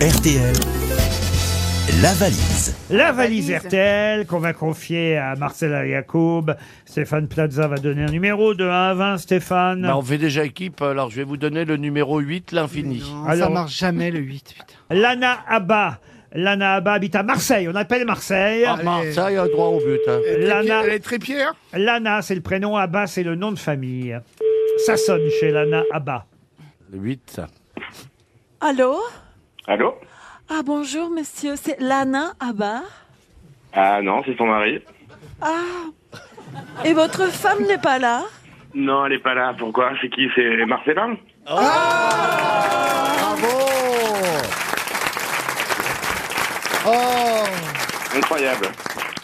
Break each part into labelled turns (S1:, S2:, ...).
S1: RTL, la valise.
S2: La valise RTL qu'on va confier à Marcella Yacoub. Stéphane Plaza va donner un numéro de 1 à 20, Stéphane.
S3: Bah, on fait déjà équipe, alors je vais vous donner le numéro 8, l'infini.
S2: Alors-
S4: ça marche jamais le 8, putain.
S2: Lana Abba. Lana Abba habite à Marseille. On appelle Marseille.
S3: Ah, Marseille a droit au but.
S4: Euh,
S3: hein.
S2: Lana,
S5: Elle est trépière
S2: Lana c'est le prénom. Abba, c'est le nom de famille. Ça sonne chez Lana Abba.
S3: Le 8, ça.
S6: Allô
S7: Allô
S6: Ah bonjour monsieur, c'est Lana Abba.
S7: Ah non, c'est son mari.
S6: Et votre femme n'est pas là
S7: Non, elle est pas là. Pourquoi C'est qui C'est Marcelin
S5: Oh,
S7: Incroyable.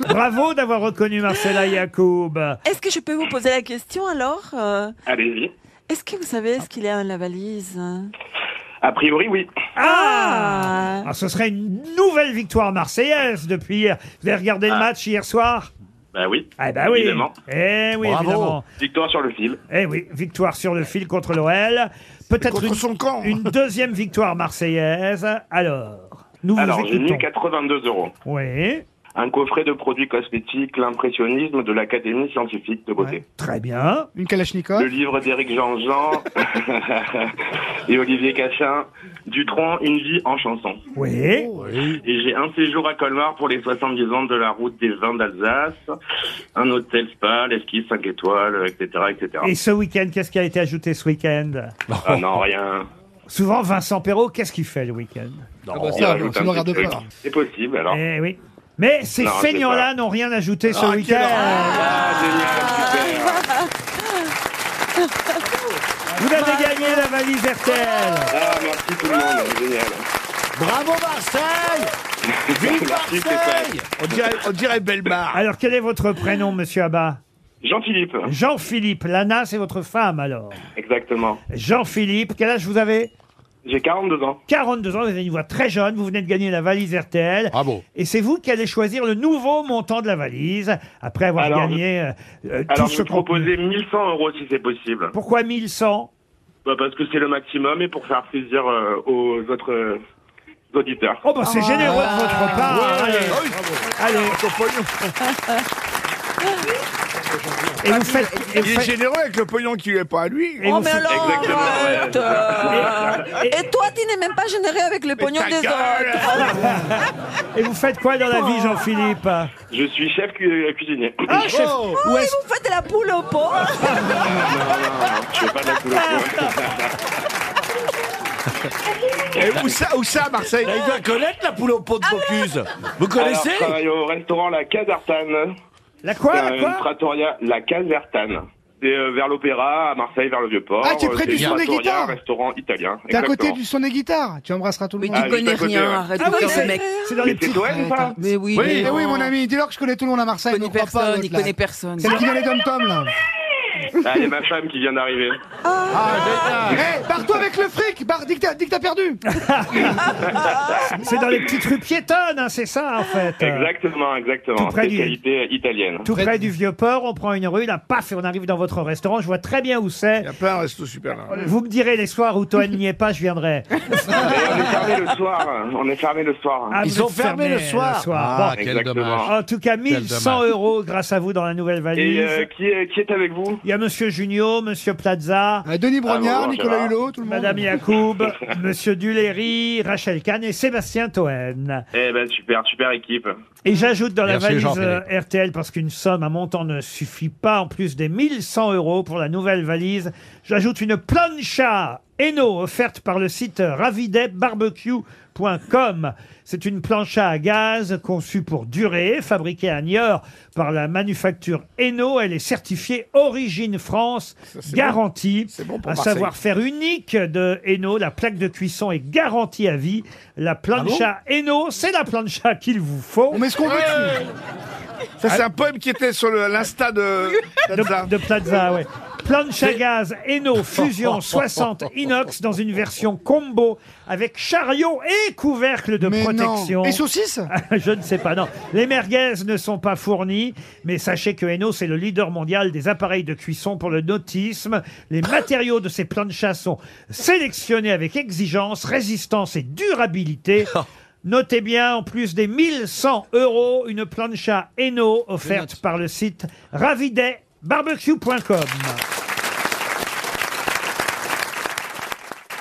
S2: Bravo d'avoir reconnu Marcella Yacoub. Ah.
S6: Est-ce que je peux vous poser la question alors Euh,
S7: Allez-y.
S6: Est-ce que vous savez ce qu'il y a dans la valise
S7: A priori, oui.
S2: Ah Ah, Ce serait une nouvelle victoire marseillaise depuis hier. Vous avez regardé
S3: Ah.
S2: le match hier soir
S7: Bah oui.
S2: Ah bah oui.
S7: Évidemment.
S2: Eh oui,
S3: Bravo.
S2: évidemment.
S7: Victoire sur le fil.
S2: Eh oui, victoire sur le fil contre l'OL. Peut-être
S5: Contre
S2: une,
S5: son camp
S2: une deuxième victoire marseillaise. Alors, nous vous
S7: Alors, j'ai
S2: écoutons.
S7: mis 82 euros.
S2: Oui,
S7: Un coffret de produits cosmétiques, l'impressionnisme de l'Académie scientifique de beauté.
S2: très bien.
S4: Une
S7: Le
S4: Kalachnikov
S7: livre d'Éric Jean-Jean et Olivier Cachin, Dutron, une vie en chanson.
S2: Oui,
S7: Oh.
S3: Oui.
S7: Et j'ai un séjour à Colmar pour les 70 ans de la route des vins d'Alsace, un hôtel spa, l'esquisse 5 étoiles, euh, etc., etc.
S2: et ce week-end, qu'est-ce qui a été ajouté ce week-end
S7: Ah non, rien.
S2: Souvent, Vincent Perrault, qu'est-ce qu'il fait le week-end
S4: Ah bah
S7: On
S4: ça,
S7: rajoute
S4: tu
S7: un
S4: ne
S7: petit
S4: regardes
S7: truc.
S4: pas.
S7: C'est possible, alors.
S2: Eh oui. Mais ces
S7: Non, je sais
S2: feignants-là n'ont rien ajouté ce
S5: quel
S2: week-end.
S7: Ah, génial, super.
S2: Vous avez gagné la valise RTL.
S7: Ah, merci tout le monde, génial.
S3: Bravo Marseille Vive
S7: Merci, Stéphane.
S3: Marseille
S5: On dirait, on dirait Belmar.
S2: Alors, quel est votre prénom, monsieur Abba
S7: Jean-Philippe,
S2: Jean-Philippe. Lana, c'est votre femme, alors.
S7: exactement.
S2: Jean-Philippe, quel âge vous avez
S7: J'ai 42 ans.
S2: 42 ans, vous avez une voix très jeune, vous venez de gagner la valise RTL.
S3: Bravo.
S2: Et c'est vous qui allez choisir le nouveau montant de la valise après avoir
S7: Alors,
S2: gagné euh, euh,
S7: Alors,
S2: tout
S7: je
S2: ce
S7: vais
S2: contenu.
S7: proposer 1100 euros si c'est possible.
S2: Pourquoi 1100
S7: Bah, parce que c'est le maximum et pour faire plaisir euh, aux autres euh, auditeurs.
S2: Oh, bah c'est généreux
S4: Ah,
S2: de votre part. allez,
S5: Ah oui,
S2: allez.
S5: son pognon.
S2: Et vous faites. et vous
S5: Il est
S2: faites-
S5: généreux avec le pognon qui lui est pas à lui.
S2: et
S6: Oh
S2: vous
S6: mais
S2: faites-
S6: alors
S7: Exactement,
S6: arrête,
S7: ouais.
S6: euh,
S2: Et-
S6: Et toi tu n'es même pas généré avec le pognon
S5: ta
S6: des
S5: gueule
S6: autres
S2: et vous faites quoi dans la vie, Jean-Philippe
S7: Je suis chef cu- euh, cuisinier.
S2: Ah, chef
S7: Oh.
S5: Oh.
S2: Où est-ce-
S6: Vous faites la poule au pot
S7: Je fais pas de la couleur.
S5: Et où ça, où ça, Marseille Ah,
S3: Il doit connaître la poule au pot de Focus Vous
S7: Alors, je
S3: connaissez
S5: euh,
S7: travaille au restaurant La Casertane.
S2: La quoi,
S4: Ah,
S2: la
S7: Euh,
S2: quoi
S7: une trattoria, La Casertane. C'est euh, vers l'Opéra, à Marseille, vers le Vieux-Port.
S4: Ah, t'es près
S7: Euh,
S4: du
S7: c'est
S4: son
S7: une
S4: des
S7: trattoria,
S4: guitares.
S7: un restaurant italien.
S4: T'es à côté
S7: Exactement.
S4: du son des guitares Tu embrasseras tout le
S8: Mais tu
S4: monde.
S7: Ah,
S8: connais
S7: juste à côté,
S8: rien,
S7: ouais.
S8: arrête
S2: Ah
S8: de
S2: oui,
S8: faire
S2: c'est
S8: le mec.
S2: c'est dans les
S7: Mais c'est
S2: petits.
S7: toi, ou pas
S8: Mais oui,
S5: Oui,
S8: mais
S4: Eh
S8: non.
S4: oui, mon ami, dis-leur que je connais tout le monde à
S8: Il
S4: Marseille.
S8: connaît
S4: ne crois pas à
S8: personne,
S4: l'autre,
S8: il
S4: là.
S8: connaît personne.
S4: Celle qui vient les dom-toms, là.
S7: Ah, il y a ma femme qui vient d'arriver.
S4: Eh, pars-toi avec le fric barre- Dès que t'as dès que t'as perdu
S2: C'est dans les petites rues piétonnes, hein, c'est ça, en fait.
S4: Ah.
S2: Euh,
S7: Exactement, exactement.
S2: Tout près du-
S7: Spécialité italienne.
S2: Tout près du vieux port, on prend une rue, là, paf, et on arrive dans votre restaurant. Je vois très bien où c'est.
S5: Il y a plein de restos super
S4: Oh
S5: là.
S2: Vous me direz les soirs où Toen n'y est pas, je viendrai.
S7: Et on est fermé le soir. On est fermé le soir.
S2: Ah,
S3: Ils
S2: vous
S3: sont
S2: êtes
S3: fermés le soir.
S2: Bon.
S7: Ah, quel dommage.
S4: Ah,
S2: En tout cas, 1100
S3: dommage.
S2: euros grâce à vous dans la nouvelle valise.
S7: Et euh, qui, est, qui est avec vous
S2: Il y a Monsieur Junio, Monsieur Plaza,
S4: Euh, Denis Brognard,
S7: bonjour,
S4: Nicolas
S7: Gérard.
S4: Hulot, tout le monde.
S2: Madame Yacoub, Monsieur Duléry, Rachel Kahn et Sébastien Toen.
S7: Eh ben super, super équipe.
S2: Et j'ajoute dans la
S3: Merci,
S2: valise
S3: Jean-Philippe.
S2: euh, RTL, parce qu'une somme, un montant ne suffit pas, en plus des 1100 euros pour la nouvelle valise, j'ajoute une plancha Eno offerte par le site ravidebarbecue.com. C'est une plancha à gaz conçue pour durer, fabriquée à Niort par la manufacture Eno. Elle est certifiée Origine France,
S5: c'est
S2: garantie.
S5: C'est bon pour
S2: un
S5: Marseille.
S2: savoir-faire unique de Eno. La plaque de cuisson est garantie à vie.
S5: Ah
S2: La plancha Eno, c'est la plancha qu'il vous faut.
S4: On met ce qu'on veut dessus.
S5: Ça, c'est un poème qui était sur le- l'insta de.
S2: de, de Plaza, ouais. Planche à gaz Eno Fusion 60 inox dans une version combo avec chariot et couvercle de
S4: Mais
S2: protection.
S4: non. Et saucisses
S2: Je ne sais pas, non. Les merguez ne sont pas fournies, mais sachez que Eno, c'est le leader mondial des appareils de cuisson pour le nautisme. Les matériaux de ces planchas sont sélectionnés avec exigence, résistance et durabilité. Notez bien, en plus des 1100 euros, une plancha Eno offerte par le site ravidet barbecue.com.